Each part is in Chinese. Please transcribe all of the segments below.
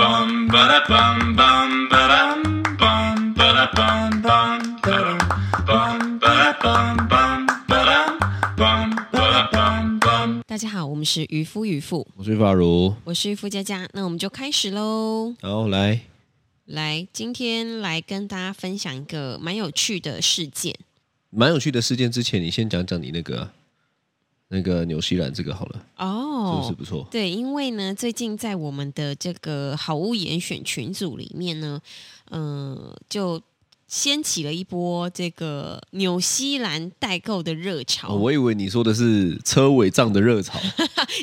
bum ba da bum bum ba dum bum ba da bum bum ba dum bum ba da bum bum ba dum bum ba da bum bum. 大家好，我们是渔夫渔妇，我是法如，我是渔夫佳佳，那我们就开始喽。好来，来，今天来跟大家分享一个蛮有趣的事件。蛮有趣的事件之前，你先讲讲你那个啊那个纽西兰这个好了，是哦不是不错？对，因为呢，最近在我们的这个好物严选群组里面呢，呃，就掀起了一波这个纽西兰代购的热潮，哦，我以为你说的是车尾帐的热 潮，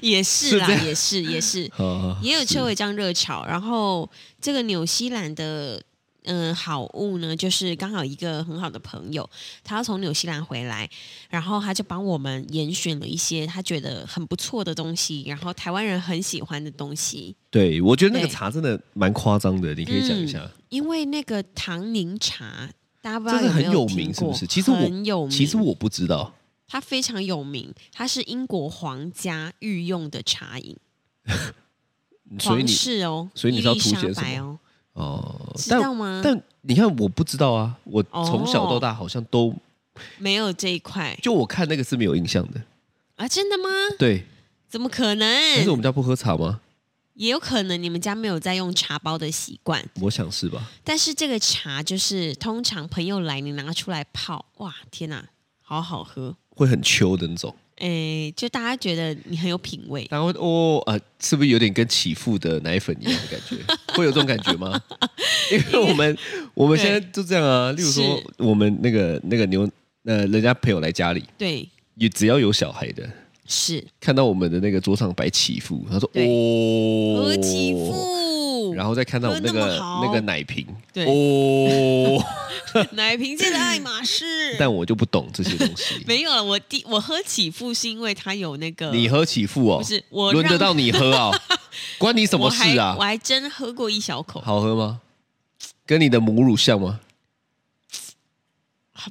也是啦，是这样也是也是，啊也有车尾帐热潮。然后这个纽西兰的嗯、呃好物呢，就是刚好一个很好的朋友，他要从纽西兰回来，然后他就帮我们严选了一些他觉得很不错的东西，然后台湾人很喜欢的东西。对，我觉得那个对茶真的蛮夸张的，你可以讲一下。因为那个唐宁茶，大家不知道这个很没有有名听是不过是其实我很有名，其实我不知道，它非常有名，它是英国皇家御用的茶饮，所以皇你室哦，所以你伊是要丽凸莎显什白么哦，哦，知道但吗？但你看我不知道啊，我哦从小到大好像都没有这一块就我看那个是没有印象的，啊，真的吗？对，怎么可但是我能？们家不喝茶吗？也有可能你们家没有在用茶包的习惯，我想是吧，但是这个茶就是通常朋友来，你拿出来泡，哇，天哪，好好喝！会很秋的那种。哎，就大家觉得你很有品味，然后哦啊，是不是有点跟起复的奶粉一样的感 觉？会有这种感觉吗？因为我们我们现在就这样啊，例如说是我们那个那个牛，呃，人家朋友来家里，对，也只要有小孩的，是看到我们的那个桌上摆起复，他说对哦，何其，富，然后再看到我们那喝那个么好那个奶瓶，对 哦，奶瓶界的爱马仕。但我就不懂这些东西。 没有了，我第我喝起复是因为它有那个，你喝起复哦，不是我轮得让到你喝哦，关你什么事我还啊我？还真喝过一小口，好喝吗？跟你的母乳像吗？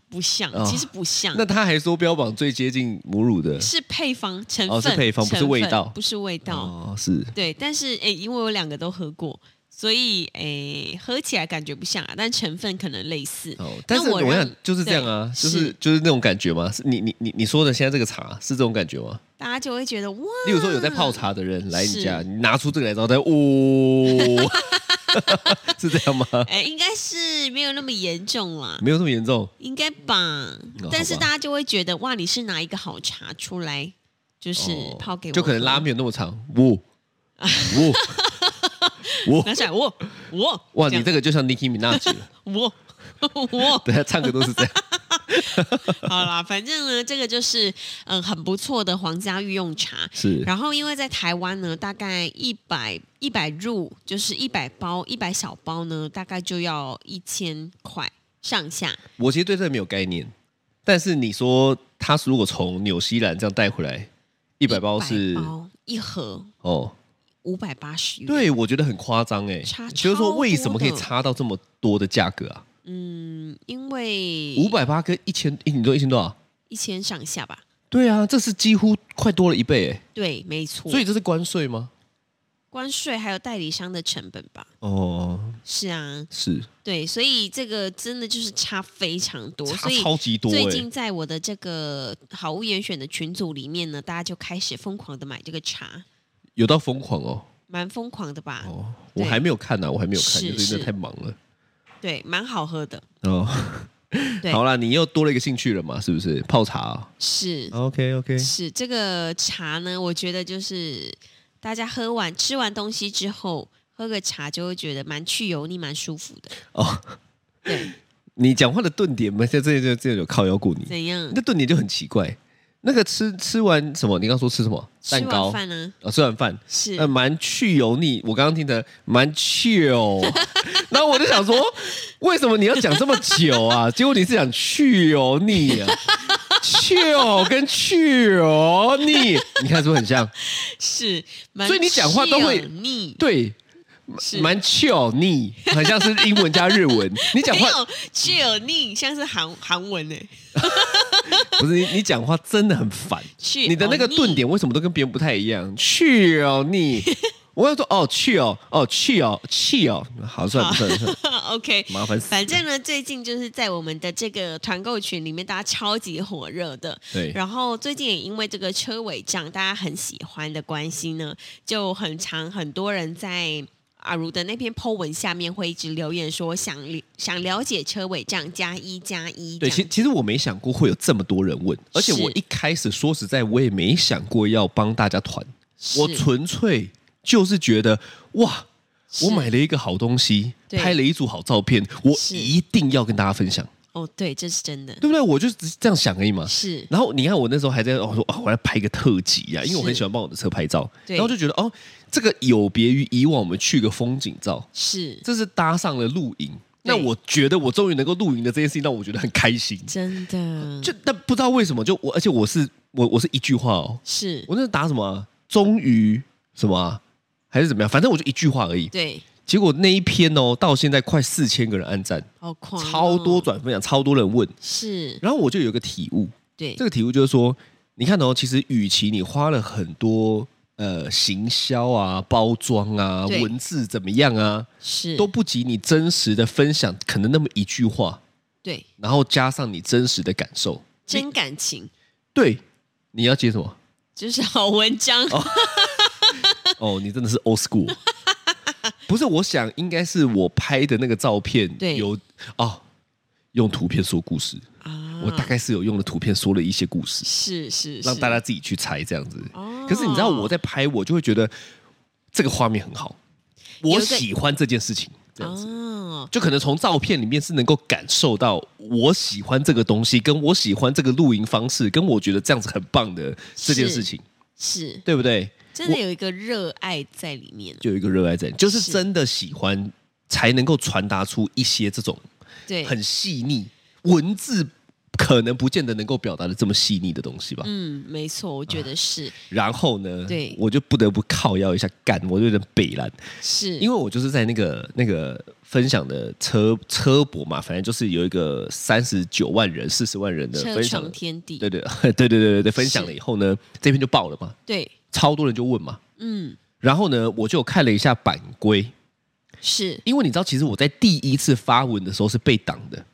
不像，哦其实不像， 那他还说标榜最接近母乳的哦是啊配方成分，哦是配方不成是分味道不是味道。哦，是对，但是诶，因为我两个都喝过，所以诶，喝起来感觉不像啊，但成分可能类似。哦。但是那我我让想就是这样啊，对就是是就是那种感觉吗？是你你你你说的现在这个茶是这种感觉吗？大家就会觉得哇，例如说有在泡茶的人来你家，嗯是你拿出这个来，然后再 哦，是这样吗？诶，应该是没有那么严重啦，没有这么严重应该吧哦好。但是吧大家就会觉得哇，你是拿一个好茶出来，就是哦泡给我喝，就可能拉没有那么长，哦呜 呜呜拿起来，我我 哇！这你样这个就像 Nicki Minaj 了，我我对他唱歌都是这样。好啦，反正呢，这个就是嗯、呃很不错的皇家御用茶。是然后因为在台湾呢，大概一百一百入，就是一百包、一百小包呢，大概就要一千块上下。我其实对这个没有概念，但是你说他如果从纽西兰这样带回来，一一百包是包一盒哦，五百八十元。，对我觉得很夸张哎、差就是超说多为什么可以的差到这么多的价格啊？嗯，因为五百八跟一千，诶你说一千多少？啊一千上下吧。对啊，这是几乎快多了一倍哎、对，没错。所以这是关税吗？关税还有代理商的成本吧。哦，是啊，是对，所以这个真的就是差非常多。差哦所以超级多哎、最近在我的这个好物严选的群组里面呢，大家就开始疯狂的买这个茶，有到疯狂哦蛮疯狂的吧？哦，我对还没有看呢、我还没有看，是就是因为是太忙了对，蛮好喝的， 哦对。好啦，你又多了一个兴趣了嘛？是不是泡茶啊、是 OK OK，是这个茶呢，我觉得就是大家喝完吃完东西之后。喝个茶就会觉得蛮去油腻、蛮舒服的。哦， 对，你讲话的顿点，没这这这这有靠腰骨你，怎样你？的顿点就很奇怪。那个吃吃完什么？你刚刚说吃什么？蛋吃糕完饭呢？哦，吃完饭，是呃，蛮去油腻。我刚刚听的蛮 chill，然 后我就想说，为什么你要讲这么久啊？结果你是讲去油腻啊，chill 跟去油腻，你看是不是很像？是，蛮所以你讲话都会油腻。对，是蛮 chill 腻，很像是英文加日文。你讲没话有去油腻，像是韩韩文呢。不是你你讲话真的很烦。去你的那个油腻顿点为什么都跟别人不太一样？去哦你，我要说哦去哦哦去哦去哦，好算了算了算 了， OK，麻烦死了。反正呢，最近就是在我们的这个团购群里面，大家超级火热的。对然后最近也因为这个车尾帐大家很喜欢的关系呢，就很常很多人在阿如的那篇 po 文下面会一直留言说想了想了解车尾帐加一加一。对，这其样其实我没想过会有这么多人问，而且是我一开始说实在，我也没想过要帮大家团，是我纯粹就是觉得哇，我是买了一个好东西，对拍了一组好照片，我是一定要跟大家分享，哦，对，这是真的，对不对？我就只是这样想而已嘛。是然后你看，我啊那时候还在哦说哦，我要拍一个特辑啊呀、因为我是很喜欢帮我的车拍照，对然后就觉得哦，这个有别于以往我们去个风景照，是这是搭上了露营。那对我觉得我终于能够露营的这件事情，让我觉得很开心。真的，就但不知道为什么，就我，而且我是我我是一句话哦，是我那打什么啊、终于什么啊、还是怎么样，反正我就一句话而已。对，结果那一篇哦，到现在快四千个人按赞，好狂哦、超多转分享，超多人问。是，然后我就有一个体悟，对，这个体悟就是说，你看哦，其实与其你花了很多呃行销啊、包装啊、对文字怎么样啊，是都不及你真实的分享，可能那么一句话，对然后加上你真实的感受。真感情。对，你要接什么？就是好文章，哦，你真的是 old school。不是，我想应该是我拍的那个照片对有哦，用图片说故事，啊我大概是有用了图片说了一些故事，是是让是大家自己去猜这样子。哦可是你知道我在拍，我就会觉得这个画面很好，有一我个喜欢这件事情，这样子。哦，就可能从照片里面是能够感受到我喜欢这个东西，跟我喜欢这个露营方式，跟我觉得这样子很棒的这件是事情，是对不对？真的有一个热爱在里面了，就有一个热爱在，就是是真的喜欢，才能够传达出一些这种对，很细腻文字。可能不见得能够表达的这么细腻的东西吧。嗯，没错，我觉得是、然后呢，对我就不得不靠腰一下干，我就有点北蓝，是，为因为我就是在那个那个分享的车车博嘛，反正就是有一个三十九万人、四十万人的车分享床，天地，对对 对对对对对，分享了以后呢，这篇就爆了嘛，对超多人就问嘛。嗯，然后呢，我就有看了一下版规，是因为你知道，其实我在第一次发文的时候是被挡的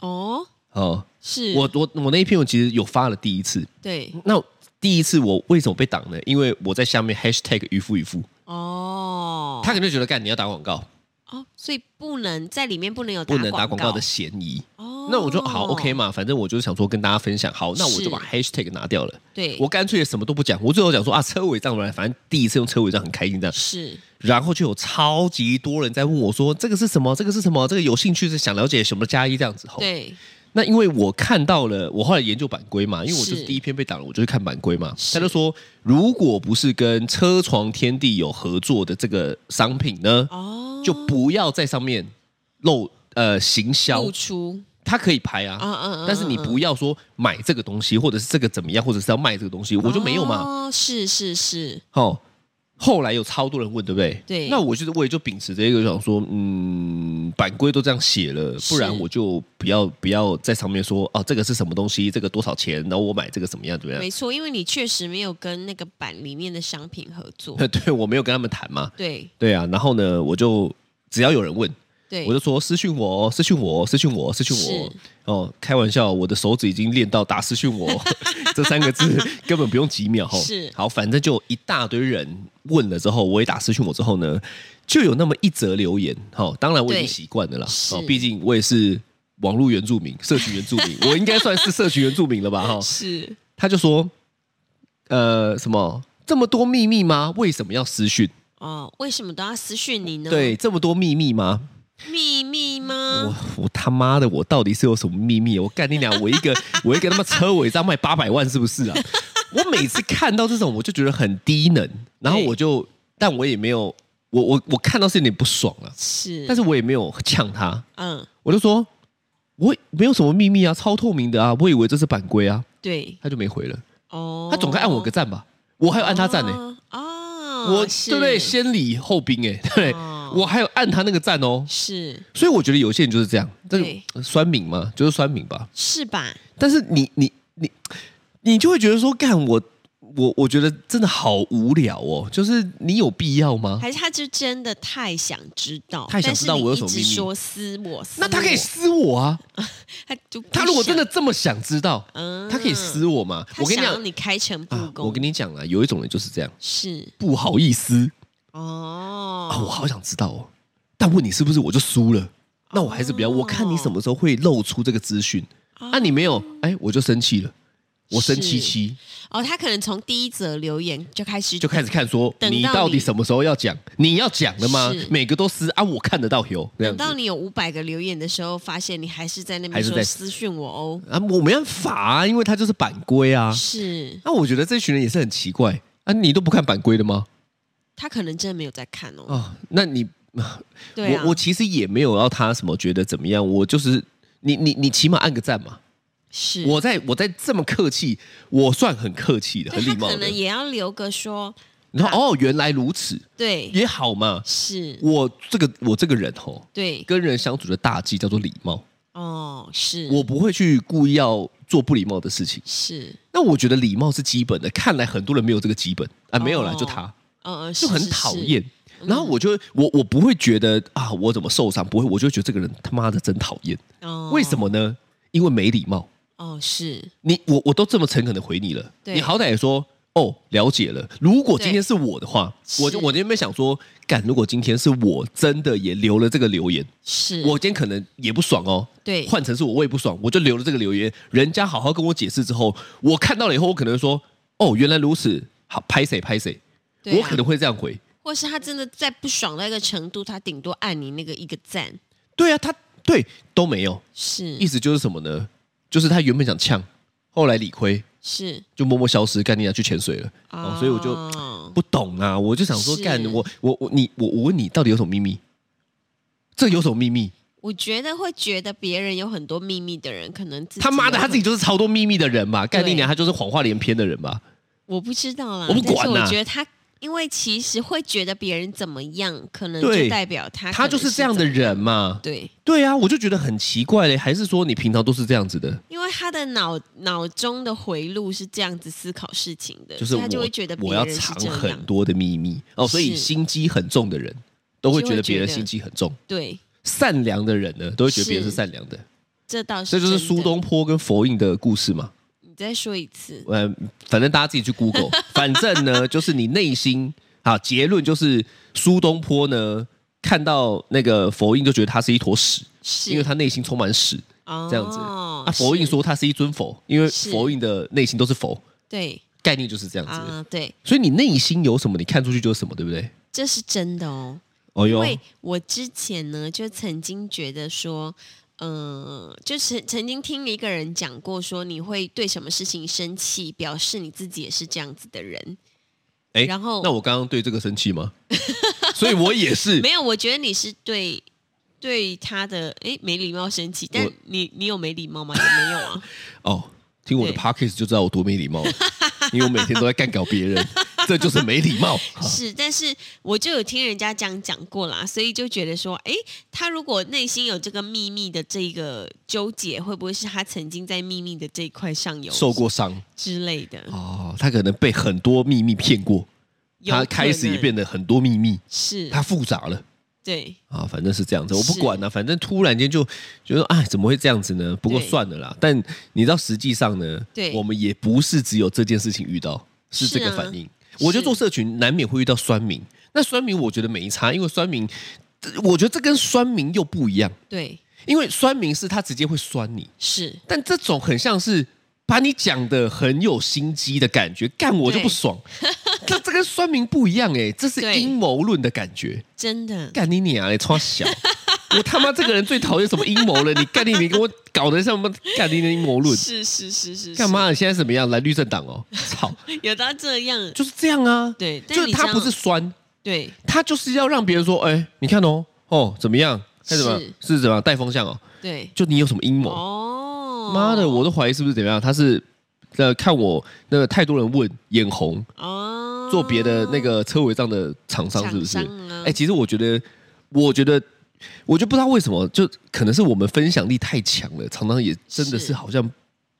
哦，哦。是我我我那一篇我其实有发了第一次，对那第一次我为什么被挡呢？因为我在下面 hashtag 渔夫渔夫，哦，他可能就觉得干你要打广告，哦，所以不能在里面不能有不能打广广告的嫌疑。哦，那我就好 OK，嘛，反正我就是想说跟大家分享，好，那我是就把 hashtag 拿掉了，对，我干脆也什么都不讲，我最后讲说啊车尾帐来，反正第一次用车尾帐很开心这样，是然后就有超级多人在问我说这个是什么，这个是什么，这个有兴趣是想了解什么加一这样子，吼对那因为我看到了，我后来研究版规嘛，因为我就是是第一篇被挡了，我就去看版规嘛。是他就说，如果不是跟车床天地有合作的这个商品呢，哦，就不要在上面露呃行销露，出它可以拍啊，啊啊啊，但是你啊不要说买这个东西，或者是这个怎么样，或者是要卖这个东西，我就没有嘛。哦，是是是，哦，后来有超多人问，对不对？对那我就是我也就秉持着一个想说，嗯，版规都这样写了，是不然我就不要不要在上面说哦，这个是什么东西，这个多少钱，然后我买这个怎么样怎么样？没错，因为你确实没有跟那个版里面的商品合作， 对我没有跟他们谈嘛，对对啊，然后呢，我就只要有人问，对，我就说私讯我哦，私讯我哦，私讯我哦，私讯我哦是。哦，开玩笑，我的手指已经练到打私讯我 哦这三个字根本不用几秒。吼是好，反正就一大堆人问了之后，我也打私讯我之后呢，就有那么一则留言。好，当然我已对经习惯了啦。是哦，毕竟我也是网络原住民，社区原住 民，我应该算是社区原住民了吧？哈，是他就说，呃，什么这么多秘密吗？为什么要私讯？哦，为什么都要私讯你呢？对，，这么多秘密吗？秘密吗？我我他妈的，我到底是有什么秘密？我干你俩！我一个我一个他妈车尾账卖八百万是不是啊？我每次看到这种，我就觉得很低能，然后我就，但我也没有，我我我看到是有点不爽了、是，但是是我也没有呛他，嗯，我就说我没有什么秘密啊，超透明的啊，我以为这是版规啊，对，他就没回了，哦，他总该按我个赞吧，我还有按他赞呢、欸哦哦，我是对不对？先礼后兵哎、对不对，哦我还有按他那个赞哦，是所以我觉得有些人就是这样，这种对呃酸民嘛，就是酸民吧。是吧？但是你你你你就会觉得说，干我我我觉得真的好无聊哦，就是你有必要吗？还是他就真的太想知道，哦太想知道但是你我有什么一秘直密说撕我，撕那他可以我撕我啊！他就不他如果真的想，这么想知道，嗯他可以撕我吗？他我跟你想讲让，你开诚布啊，公，我跟你讲啊，有一种人就是这样，是不好意思啊，我哦，好想知道哦，但问你是不是我就输了？那我还是不要，哦我看你什么时候会露出这个资讯啊？你没有，哎，我就生气了，我生气气哦，他可能从第一则留言就开始就开始看说等到你到底你什么时候要讲，你要讲了吗是？每个都撕啊，我看得到有这样等子到你有五百个留言的时候，发现你还是在那还边是说在私讯我哦，啊，我没办法啊，因为他就是版规啊。是那我觉得这群人也是很奇怪啊，你都不看版规的吗？他可能真的没有在看哦，啊，那你对啊，我我其实也没有要他什么觉得怎么样，我就是你你你起码按个赞嘛。是我在我在这么客气，我算很客气的，对很他礼貌可的能。也要留个说，然后哦，原来如此，对，也好嘛。是，我这个我这个人哦，对，跟人相处的大忌叫做礼貌，哦，是，我不会去故意要做不礼貌的事情。是，那我觉得礼貌是基本的，看来很多人没有这个基本啊，没有啦，哦就他。嗯嗯，就是很是嗯讨是厌。然后我就我我不会觉得啊，我怎么受伤？不会，我就会觉得这个人他妈的真讨厌。哦，为什？么呢？因为没礼貌。哦，是你我我都这么诚恳的回你了，对你好歹也说哦了解了。如果对今天是我的话，我就是我原本想说，干，如果今天是我真的也留了这个留言，是，我今天可能也不爽哦。对换成是我，我也不爽，我就留了这个留言。人家好好跟我解释之后，我看到了以后，我可能说哦原来如此，好拍谁拍谁，对我啊可能会这样回。或是他真的在不爽到一个程度，他顶多按你那个一个赞，对啊，他对都没有，是意思就是什么呢？就是他原本想呛，后来理亏，是就默默消失，干你俩去潜水了。哦，所以我就哦不懂啊，我就想说，是干我我我你我我问你，到底有什么秘密？这有什么秘密？我觉得会觉得别人有很多秘密的人，可能自己他妈的，有他自己就是超多秘密的人嘛！干你对娘，他就是谎话连篇的人嘛！我不知道啦，我不管但是我呐觉得他。因为其实会觉得别人怎么样，可能对就代表他可他能就是是这样的怎么人嘛！对，对啊，我就觉得很奇怪嘞，还是说你平常都是这样子的？因为他的脑脑中的回路是这样子思考事情的，就是所以我他就会觉得别我要人是藏这很样，多的秘密哦，所以是心机很重的人都会就觉会得别人觉得心机很重。对，善良的人呢，都会觉得别人是是善良的。这倒是这就是真的苏。东坡跟佛印的故事嘛。你再说一次，呃，反正大家自己去 Google。反正呢，就是你内心啊，结论就是苏东坡呢，看到那个佛印就觉得他是一坨屎，是因为他内心充满屎。哦这样子啊，是佛印说他是一尊佛，因为是佛印的内心都是佛，对概念就是这样子。啊，对，所以你内心有什么，你看出去就是什么，对不对？这是真的哦。哦因哟，为我之前呢，就曾经觉得说，呃，就是曾经听一个人讲过，说你会对什么事情生气，表示你自己也是这样子的人。哎然后那我刚刚对这个生气吗？ 所以我也是没有，我觉得你是对对他的诶没礼貌生气，但我你你有没礼貌吗？也没有 啊，哦，听我的对 podcast 就知道我多没 礼貌了，因为我每天都在干搞别人，这就是没礼 貌。是，但是我就有听人家这样讲过啦，所以就觉得说，诶，他如果内心有这个秘密的这个纠结，会不会是他曾经在秘密的这一块上有受过伤之类的？哦，他可能被很多秘密骗过，有他可开始也能变得很多秘密，是，他复杂了对，啊，反正是这样子，我不是管了、反正突然间就觉得，哎，怎么会这样子呢？不过对算了啦。但你知道，实际上呢，对我们也不是只有这件事情遇到是是这个啊反应。我觉得做社群难免会遇到酸民，那酸民我觉得没差，因为酸民，我觉得这跟酸民又不一样。对，因为酸民是他直接会酸你，是，但这种很像是把你讲的很有心机的感觉，干我就不爽。这这跟酸民不一样哎、这是对阴谋论的感觉。真的，干你娘嘞，超小！我他妈这个人最讨厌什么阴谋了？你干你，你给我搞得像什么干你的阴谋论？是是是是，干是？嘛？现在怎么样？蓝绿政党哦，操，有到这样，就是这样啊。对但就是你他这样不是酸，对，他就是要让别人说，哎、你看哦，哦，怎么样？他怎么样是是怎么样带风向哦？对，就你有什么阴谋？哦，妈的，我都怀疑是不是怎么样？他是呃看我那个太多人问眼红，哦，做别的那个车尾账的厂商是不是？厂哎、商啊其实我觉得，我觉得，我就不知道为什么，就可能是我们分享力太强了，常常也真的是是好像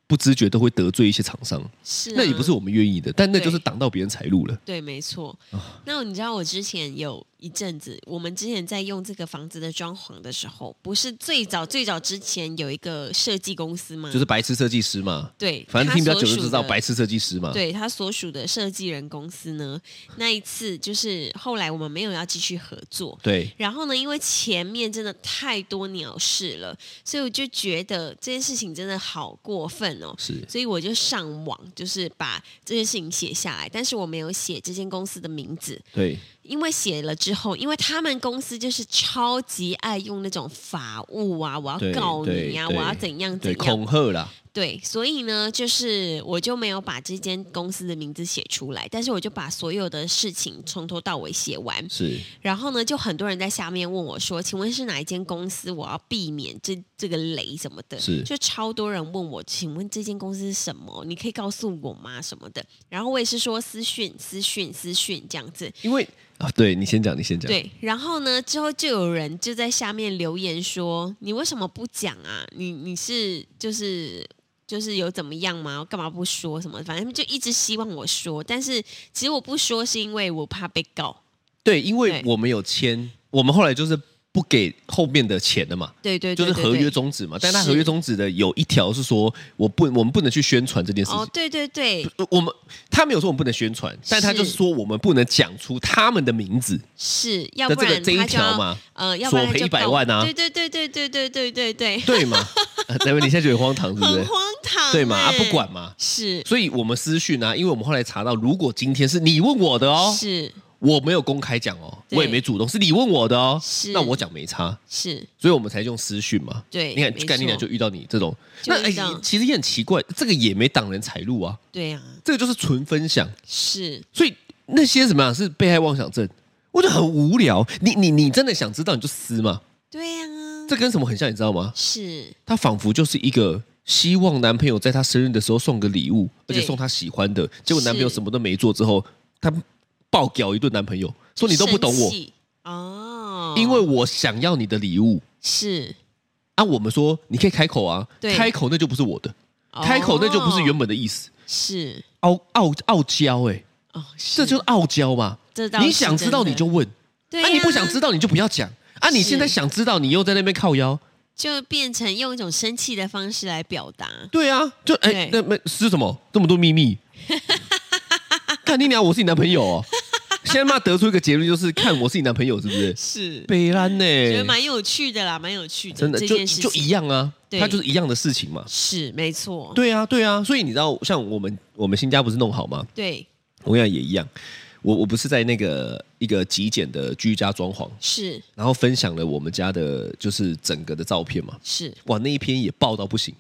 不知觉都会得罪一些厂商，是、啊，那也不是我们愿意的，但那就是对嗯挡到别人财路了。对，没错。啊那你知道我之前有一阵子，我们之前在用这个房子的装潢的时候，不是最早最早之前有一个设计公司吗？就是白痴设计师嘛，对，反正他听比较所久就属知道的白痴设啊计师嘛。对他所属的设计人公司呢，那一次就是后来我们没有要继续合作。对然后呢，因为前面真的太多鸟事了，所以我就觉得这件事情真的好过分哦。是所以我就上网，就是把这件事情写下来，但是我没有写这间公司的名字，对因为写了之后，因为他们公司就是超级爱用那种法务啊，我对要告你啊，对我对要怎样怎对，样，恐吓啦，对，所以呢，就是我就没有把这间公司的名字写出来，但是我就把所有的事情从头到尾写完。是然后呢，就很多人在下面问我说：“请问是哪一间公司？我要避免这这个雷什么的。”是就超多人问我：“请问这间公司是什么？你可以告诉我吗？什么的？”然后我也是说私讯、私讯、私讯这样子。因为啊，对你先讲，你先讲。对，然后呢，之后就有人就在下面留言说：“你为什么不讲啊？你你是就是就是有怎么样吗？干嘛不说什么？反正就一直希望我说，但是其实我不说是因为我怕被告。对，因为对我们有签，我们后来就是不给后面的钱的嘛。对对就对是对合对约终止嘛，但他是合约终止的有一条是说，我不，我们不能去宣传这件事情哦，。对对对，呃我们他没有说我们不能宣传，但他就是说我们不能讲出他们的名字是要的不这个然这一他就条要嘛，呃，要不然索他赔就100告万啊对对对对对对对对对， 对嘛？啊，那位你现在觉得荒唐是不很是？荒唐、对嘛？啊，欸不管嘛。是所以我们私讯啊，因为我们后来查到，如果今天是你问我的哦，是我没有公开讲哦，对我也没主动，是你问我的哦是，那我讲没差，是，所以我们才用私讯嘛。对，你看，没干你俩错就遇到你这种，就那哎遇到，其实也很奇怪，这个也没挡人财路啊，对啊，这个就是纯分享，是所以那些什么啊是被害妄想症，我觉得很无聊。你你你真的想知道你就撕嘛，对呀、这跟什么很像，你知道吗？是她仿佛就是一个希望男朋友在她生日的时候送个礼物，而对且送她喜欢的，结果男朋友是什么都没做之后，她暴屌一顿男朋友，说你都不懂生我，气哦，因为我想要你的礼物。是、啊，我们说你可以开口啊，对开口那就不是我的，开口那就不是原哦本的意思，是傲傲傲娇哎、哦，这是就是傲娇嘛。这倒你是想知道真的你就问，对、啊，你不想知，道你就不要讲啊。你是现在想知道，你又在那边靠腰，就变成用一种生气的方式来表达，对啊，就哎对，那那是什么？这么多秘 密？看你娘，我是你男朋友哦。现在妈得出一个结论，就是看我是你男朋友是不是？是北兰呢、觉得蛮有趣的啦，蛮有趣的，真的这就件事就情一样啊，对它就是一样的事情嘛。是没错，对啊，对啊，所以你知道，像我们我们新家不是弄好吗？对同样也一样。我我不是在那个一个极简的居家装潢，是然后分享了我们家的就是整个的照片嘛，是哇，那一篇也爆到不行，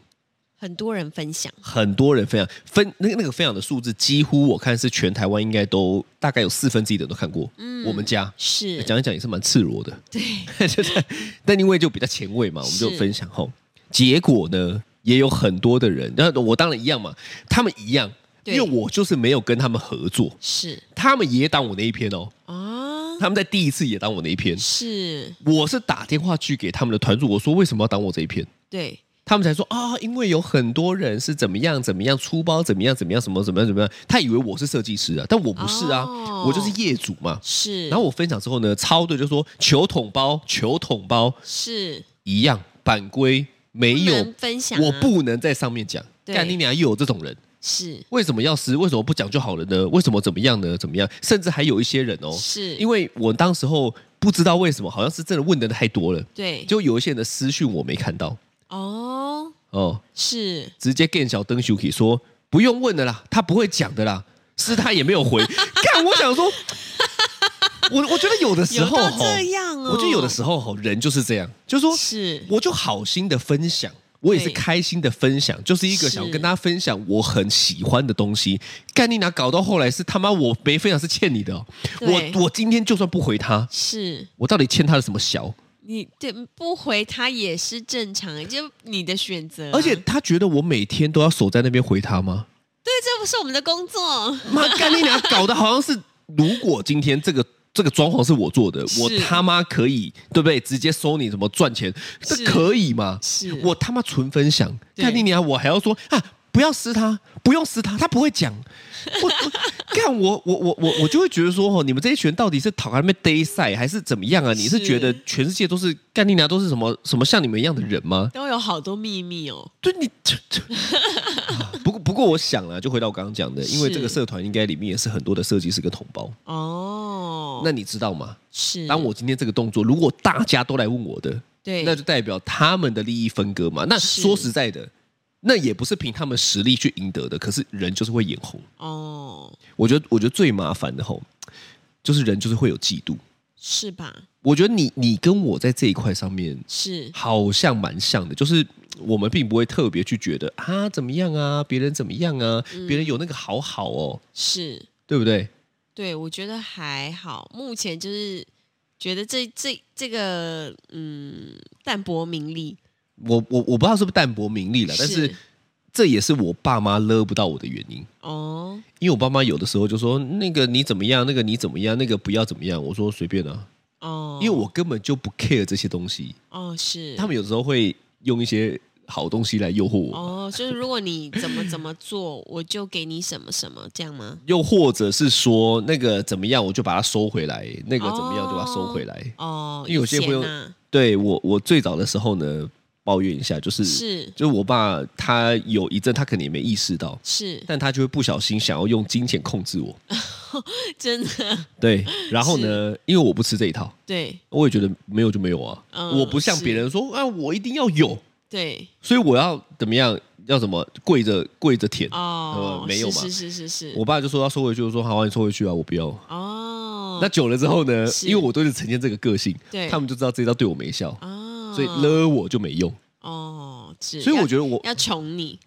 很多人分享，很多人分享，分那个那个分享的数字，几乎我看是全台湾应该都大概有四分之一的人都看过。嗯，我们家是讲一讲也是蛮赤裸的，对 就是但因为就比较前卫嘛，我们就是分享后，结果呢也有很多的人，那我当然一样嘛，他们一样，因对为我就是没有跟他们合作，是他们也挡我那一篇哦，啊他们在第一次也挡我那一篇，是我是打电话去给他们的团主，我说为什么要挡我这一篇？对他们才说啊、因为有很多人是怎么样怎么样出包怎么样怎么样什么怎么样怎么样，他以为我是设计师啊，但我不是啊，哦我就是业主嘛。是，然后我分享之后呢，超队就说球桶包球桶包是一样版规没不有能，分享、啊，我不能在上面讲。对干你娘又有这种人，是为什么要撕？为什么不讲就好了呢？为什么怎么样呢？怎么样？甚至还有一些人哦，是因为我当时候不知道为什么，好像是真的问的太多了，对就有一些人的私讯我没看到哦哦。是直接跟小灯 Suki 说不用问的啦，他不会讲的啦，是他也没有 回。看，我想说，我我觉得有的时候有到吼这样哦我觉得有的时候吼，人就是这样，就是说，是我就好心的分享。我也是对开心的分享，就是一个是想要跟大家分享我很喜欢的东西。干你哪搞到后来是他妈我没分享是欠你的哦、对我我今天就算不回他，是，我到底欠他的什么小？你对不回他也是正常的，就你的选择啊、而且他觉得我每天都要守在那边回他吗？对，这不是我们的工作，妈干你娘！搞得好像是，如果今天这个这个装潢是我做的，是我他妈可以，对不对？直接收你什么赚钱，这是可以吗？是我他妈纯分享，对干你娘！我还要说啊，不要撕他，不用撕他，他不会讲。我 我干我我我我我就会觉得说，哦，你们这一群人到底是讨还没 day 赛，还是怎么样啊？你是是觉得全世界都是干你娘都是什么什么像你们一样的人吗？都有好多秘密哦。对你， 这这啊不过不过我想了，就回到我刚刚讲的，因为是这个社团应该里面也是很多的设计师跟同胞。哦，那你知道吗？是当我今天这个动作，如果大家都来问我的，对，那就代表他们的利益分割嘛。那是说实在的，那也不是凭他们实力去赢得的，可是人就是会眼红。哦，我觉得，我觉得最麻烦的吼，就是人就是会有嫉妒。是吧？我觉得你你跟我在这一块上面是好像蛮像的，就是我们并不会特别去觉得啊怎么样啊，别人怎么样啊，嗯别人有那个好好哦，是，对不对？对我觉得还好，目前就是觉得这这这个嗯淡泊名利我我我不知道是不是淡泊名利了，啊但是是这也是我爸妈勒不到我的原因。哦，因为我爸妈有的时候就说那个你怎么样，那个你怎么样，那个不要怎么样。我说随便啊，哦，因为我根本就不 care 这些东西。哦是他们有时候会用一些好东西来诱惑我，哦，就是如果你怎么怎么做，我就给你什么什么，这样吗？又或者是说那个怎么样，我就把它收回来，那个怎么样哦就把它收回来。哦，因为有些以前会用啊对我，我最早的时候呢，抱怨一下，就是是就是我爸他有一阵他可能也没意识到，是但他就会不小心想要用金钱控 制我。真的，对，然后呢，因为我不吃这一套。对我也觉得没有就没有啊，嗯我不像是别人说啊，我一定要有，对所以我要怎么样，要怎么跪着跪着舔。哦呃，没有嘛是是是是我是，爸就说要收回去，我说好啊，你收回去啊，我不要。哦，那久了之后呢，是因为我都是呈现这个个性，对他们就知道这招对我没效，哦，所以勒我就没用。哦，是所以我要觉得我要宠你。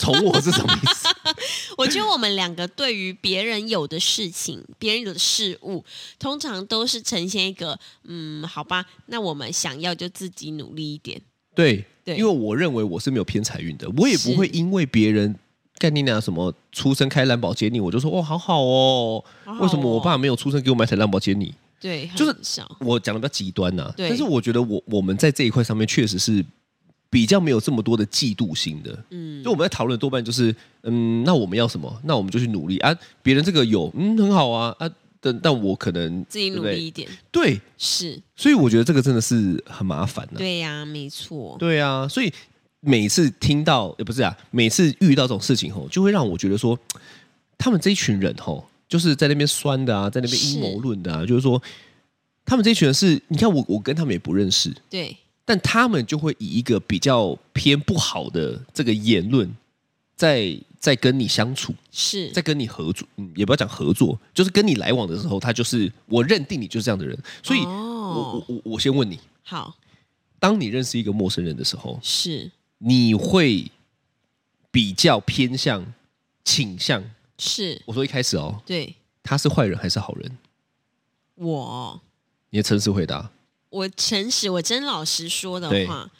宠我是什么意思？ 我觉得我们两个对于别人有的事情、别人有的事物，通常都是呈现一个嗯，好吧，那我们想要就自己努力一点。对，对因为我认为我是没有偏财运的，我也不会是因为别人。干你俩什么出生开兰博基尼，我就说哦，好好哦。好好为什么我哦爸没有出生给我买台兰博基尼？对，就是很少我讲的比较极端呐、对但是我觉得我我们在这一块上面确实是比较没有这么多的嫉妒心的。嗯就我们在讨论多半就是，嗯，那我们要什么？那我们就去努力啊。别人这个有，嗯，很好啊啊，但但我可能自己对努不对力一点，对，是所以我觉得这个真的是很麻烦啊的、对呀、没错，对啊，所以每次听到，也不是啊，每次遇到这种事情吼，就会让我觉得说，他们这一群人吼，就是在那边酸的啊，在那边是阴谋论的啊，就是说，他们这一群人是，你看我我跟他们也不认识，对，但他们就会以一个比较偏不好的这个言论，在在跟你相处，是在跟你合作，嗯，也不要讲合作，就是跟你来往的时候，他就是我认定你就是这样的人，所以我、哦我我我先问你，好当你认识一个陌生人的时候，是你会比较偏向倾向，是，我说一开始哦，对他是坏人还是好人？我你的诚实回答，我诚实，我真老实说的对话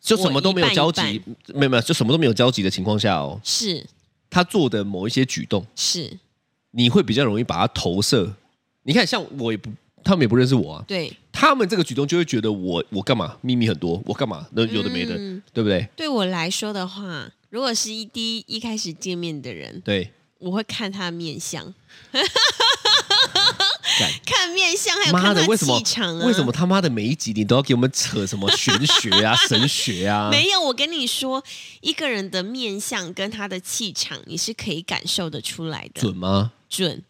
就什么都没有交集，我一半没有没有，就什么都没有交集的情况下哦，是他做的某一些举动。是，你会比较容易把它投射。你看，像我也不，他们也不认识我啊，对他们这个举动就会觉得我我干嘛秘密很多，我干嘛那有的没的，嗯对不对？对我来说的话，如果是一第一一开始见面的人，对，我会看他面相， 干看面相，还有妈看的，他为什么气场啊。为什么？他妈的每一集你都要给我们扯什么玄学 啊、神学啊？没有，我跟你说，一个人的面相跟他的气场，你是可以感受得出来的。准吗？准，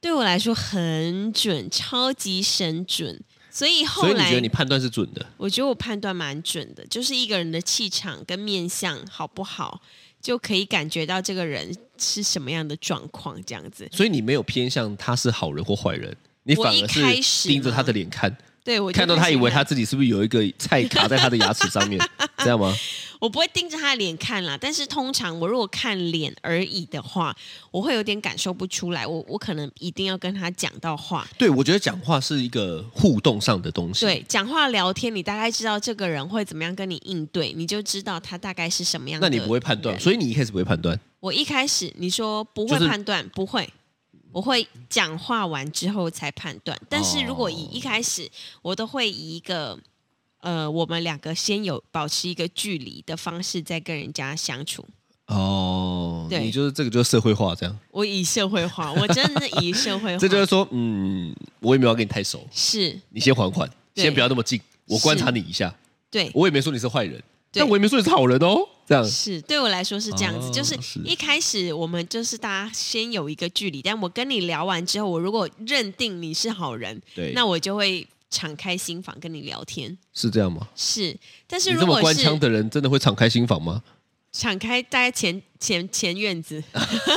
对我来说很准，超级神准。所以后所以你来，觉得你判断是准的？我觉得我判断蛮准的，就是一个人的气场跟面相好不好，就可以感觉到这个人是什么样的状况，这样子。所以你没有偏向他是好人或坏人，你我反一而开始是盯着嘛他的脸看，对我就看到开他始以为看他自己是不是有一个菜卡在他的牙齿上 面，这样吗？我不会盯着他的脸看啦，但是通常我如果看脸而已的话，我会有点感受不出来。我我可能一定要跟他讲到话，对，我觉得讲话是一个互动上的东西。对，讲话聊天，你大概知道这个人会怎么样跟你应对，你就知道他大概是什么样的那人。你不会判断，所以你一开始不会判断。我一开始你说不会就是判断，不会，我会讲话完之后才判断。但是如果以哦一开始，我都会以一个呃，我们两个先有保持一个距离的方式，在跟人家相处。哦，对你就是这个就是社会化这样，我以社会化，我真的以社会化， 这就是说，嗯，我也没有要跟你太熟，是你先缓缓，对先不要那么近，我观察你一下，对，我也没说你是坏人，对但我也没说你是好人哦，这样是对我来说是这样子，哦就是是一开始我们就是大家先有一个距离，但我跟你聊完之后，我如果认定你是好人，对，那我就会敞开心房跟你聊天。是这样吗？是，但是你如这么果官腔是的人，真的会敞开心房吗？敞开大概前前前院子，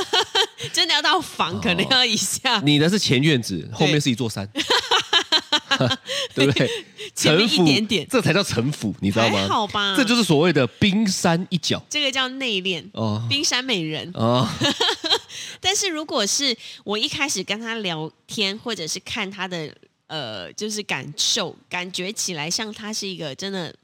真的要到房，可能要一下，哦 你的是前院子，后面是一座山，对不对？前面城一府点点这才叫城府，你知道还吗？好啊吧？这就是所谓的冰山一角这个叫内敛。哦冰山美人，哦，但是如果是我一开始跟他聊天，或者是看他的呃，就是感受，感觉起来像他是一个真的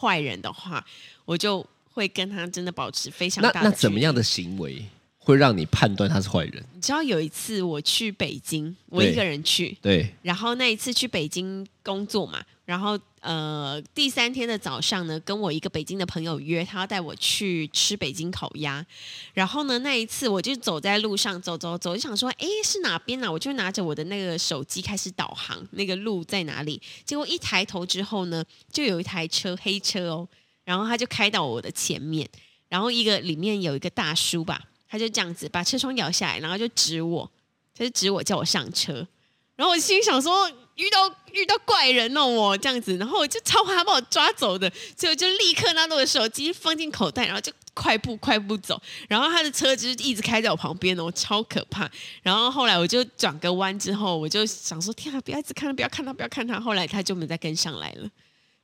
坏人的话，我就会跟他真的保持非常那大的那怎么距离样的行为会让你判断他是坏人？你知道有一次我去北京，我对一个人去，对，然后那一次去北京工作嘛，然后呃第三天的早上呢，跟我一个北京的朋友约，他要带我去吃北京烤鸭。然后呢，那一次我就走在路上走走走，就想说，诶，是哪边啊？我就拿着我的那个手机开始导航，那个路在哪里？结果一抬头之后呢，就有一台车，黑车哦，然后他就开到我的前面，然后一个里面有一个大叔吧，他就这样子把车窗摇下来，然后就指我，他就指我叫我上车。然后我心里想说，遇到遇到怪人哦，我这样子，然后我就超怕他把我抓走的，所以我就立刻拿着我的手机放进口袋，然后就快步快步走。然后他的车就是一直开在我旁边哦，超可怕。然后后来我就转个弯之后，我就想说，天啊，不要一直看他，不要看他，不要看他。后来他就没再跟上来了。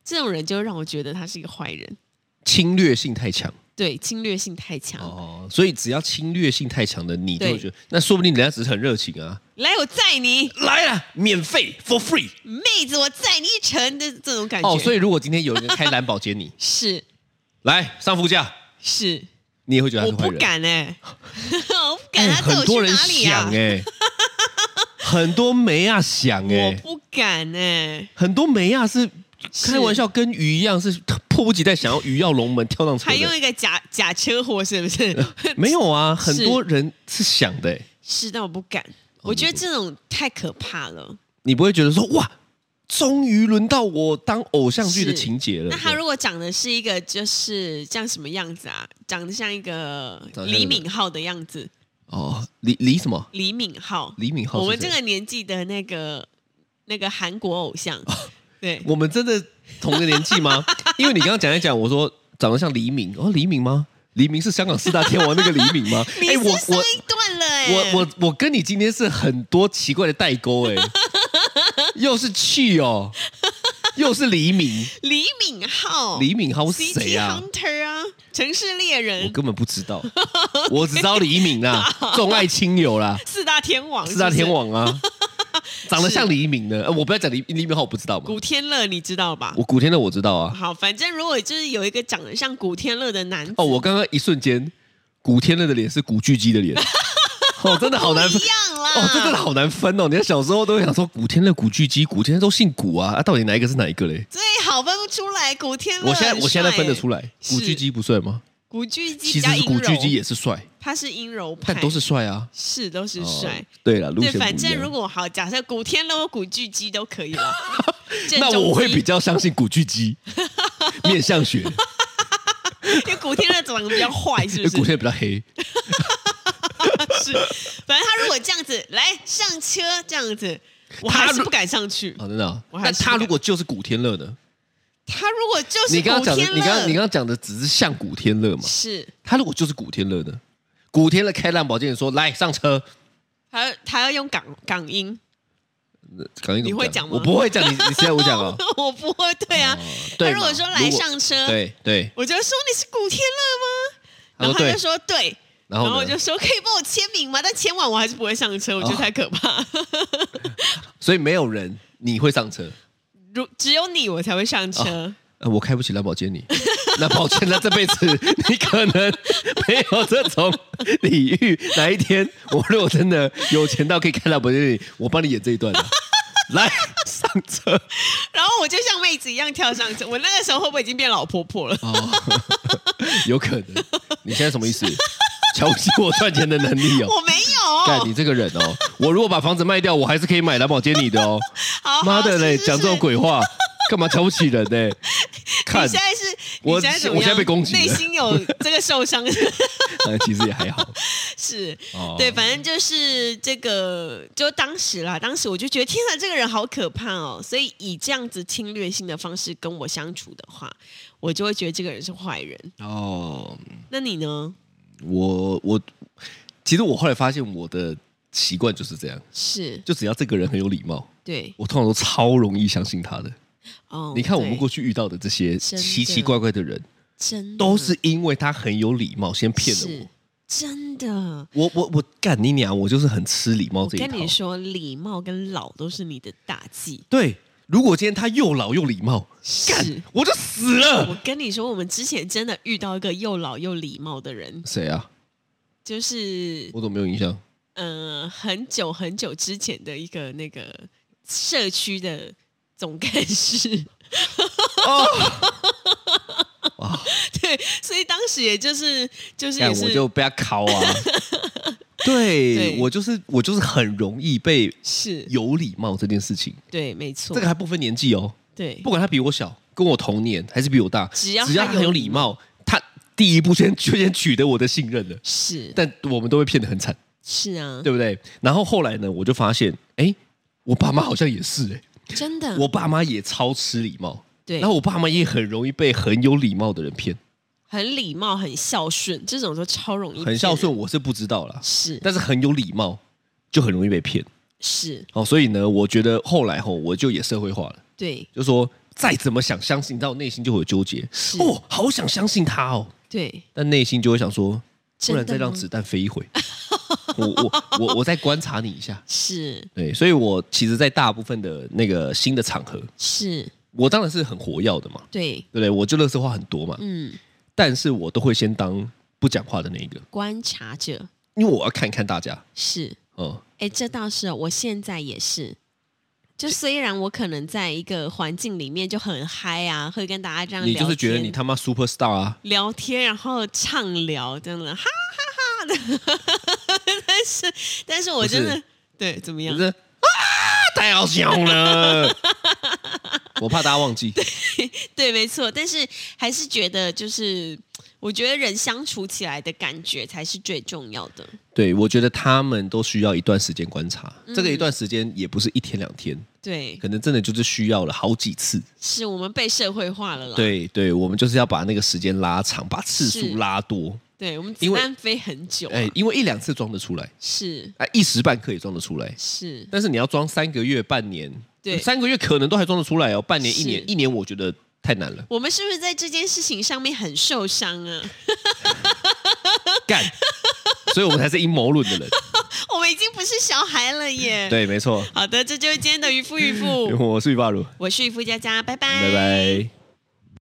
这种人就会让我觉得他是一个坏人，侵略性太强对，侵略性太强。哦，所以只要侵略性太强的，你就对会觉得，那说不定人家只是很热情啊，来，我载你，来了，免费 for free 妹子，我载你一程的这种感觉。哦。所以如果今天有人开蓝宝接你，是 来上副驾，是，你也会觉得他我是坏不人。敢哎、 我不哎敢，他载很我去多人哪里啊想？ 哎，很多梅亚想我哎，不敢哎、很多梅亚是是开玩笑跟鱼一样，是迫不及待想要鱼跃龙门跳上车还用的。一个假假车祸是不是？ 没有啊，很是多人是想的哎，是，但我不敢。我觉得这种太可怕了。你不会觉得说哇，终于轮到我当偶像剧的是情节了。那他如果长得是一个就是像什么样子啊？长得像一个长得像一个李敏镐的样子。哦，李李什么？李敏镐，李敏镐是谁我们这个年纪的那个那个韩国偶像，哦对，我们真的同个年纪 吗？因为你刚刚讲一讲，我说长得像黎明，哦，黎明吗？黎明是香港四大天王那个黎明吗？ 你哎、是我上我一段了哎、我我我跟你今天是很多奇怪的代 沟哎、又是去哦，又是黎明，李敏镐，黎敏镐是 CT 谁啊？ Hunter 啊，城市猎我人，根本不知道，我只知道黎明 啦，众爱亲友啦，四大天王啊是不四是，大天王啊，长得像黎明的，呃我不要讲黎黎明浩，我不知道嘛，古天乐，你知道吧？我古天乐我知道啊，好，反正如果就是有一个长得像古天乐的男子，哦，我刚刚一瞬间，古天乐的脸是古巨基的 脸，哦，真的好难不分一。样啦，哦，这真的好难分哦！你看小时候都会想说古天乐、古巨基，古天乐都姓古啊，啊，到底哪一个是哪一个嘞？最好分不出来。古天乐我很现帅欸，在我现在分得出来，是古巨基不帅吗？古巨基比其实较是阴古柔巨，基也是帅，啊他是阴柔派，但都是帅啊，是都 是帅哦。。对了，路对，线反不一正如样。果好，假设古天乐或古巨基都可以 了。正那中我会基比较相信古 巨基，面相学，因为古天乐长得比较坏，是不因为是 古？天乐比较黑。是，反正他如果这样子来上车这样子，我他还是如不敢上去。哦，真的啊。我还那是他不敢如果就是古天乐呢？他如果就是你刚刚古讲的，天你刚乐刚你刚刚讲的只是像古天乐嘛？是他如果就是古天乐呢？古天乐开烂宝剑说：“来上车。还要还要用港港音，呃”港英怎么你会讲吗我不会讲，你你谁要我讲啊？ 我不会对啊。哦对他嘛，如果说来上车，对对，我就说你是古天乐吗？他然说后他对就，说对，然后我呢就说可以帮我签名吗？但签完我还是不会上车，我觉得哦太可怕。所以没有人你会上车，如只有你我才会上车，呃我开不起兰博基尼， 那抱歉，那这辈子你可能没有这种礼遇。哪一天我如果真的有钱到可以开兰博基尼，我帮你演这一段的。来上车 然后我就像妹子一样跳上车。我那个时候会不会已经变老婆婆了？哦，有可能。你现在什么意思？瞧不起我赚钱的能力哦？我没干有你。这个人哦！我如果把房子卖掉，我还是可以买蓝宝坚尼的哦。好，妈的嘞，是是讲这种鬼话，干嘛瞧不起人呢？看 你现，在是，我你现在怎么样我现在被攻击了内心有这个受伤 哎其实也还好。 是。哦对，反正就是这个，就当时啦，当时我就觉得天啊，这个人好可怕哦！所以以这样子侵略性的方式跟我相处的话，我就会觉得这个人是坏人。哦，那你呢？我我其实我后来发现我的习惯就是这样，是就只要这个人很有礼貌，对我通常都超容易相信他的。哦。你看我们对过去遇到的这些真的嗯奇奇怪怪的人，真的都是因为他很有礼貌，先骗了是真的。我。我我我干你娘！我就是很吃礼貌我这一跟你套。说，礼貌跟老都是你的大忌。对，如果今天他又老又礼貌，是，我就死了我。跟你说，我们之前真的遇到一个又老又礼貌的人，谁啊？就是我怎么没有 印象？嗯、呃很久很久之前的一个那个社区的总干事。 哦，对，所以当时也就是就是干也是我就被他 敲啊。对对我就是我就是很容易被是有礼貌这件事情，对，没错，这个还不分年纪哦，对不管他比我小，跟我同年还是比我大，只要他他很有礼貌，他第一步先 就先取得我的信任了。是但我们都会骗得很惨，是啊，对不对？然后后来呢，我就发现，哎，我爸妈好像也是、诶真的， 我爸妈也超吃礼貌，嗯对然后我爸妈也很容易被很有礼貌的人骗，很礼貌，很孝顺，这种都超容易骗很人孝顺，我是不知道啦，是但是很有礼貌就很容易被骗。是，哦，所以呢，我觉得后来吼、我就也社会化了，对就说再怎么想相信，到内心就会有纠结是，哦，好想相信他哦，对，但内心就会想说，不真的然再让吗子弹飞一回， 我我我我再观察你一下。是对，所以我其实，在大部分的那个新的场合，是，我当然是很活跃的嘛，对，对不对？我就乐色话很多嘛，嗯，但是我都会先当不讲话的那一个，观察者因为我要看看大家，是，嗯，哎，这倒是哦，我现在也是。就虽然我可能在一个环境里面就很嗨啊，会跟大家这样你聊就是觉得天你他妈 super star 啊，聊天，然后畅聊，这样的哈哈哈的。 但是，但是我真不的对怎么样不？是啊，太好笑了， 我怕大家忘记，对，没错。但是还是觉得，就是我觉得人相处起来的感觉才是最重要的。对我觉得他们都需要一段时间观察，嗯这个一段时间也不是一天两天，对，可能真的就是需要了好几次，是我们被社会化了啦。，对对，我们就是要把那个时间拉长，把次是数拉多。对我们子因为弹飞很久、啊，哎，因为一两次装得出来，是啊，一时半刻也装得出来，是，但是你要装三个月、半年，对三个月可能都还装得出来哦，半年、是。一年、一年，我觉得太难了我们是不是在这件事情上面很受伤啊？干，所以我们才是阴谋论 的人。 我们已经不是小孩了耶。，对，没错。 好的，这就是今天的渔夫渔妇，我是玉霸如，我是渔夫佳佳，拜拜，拜拜。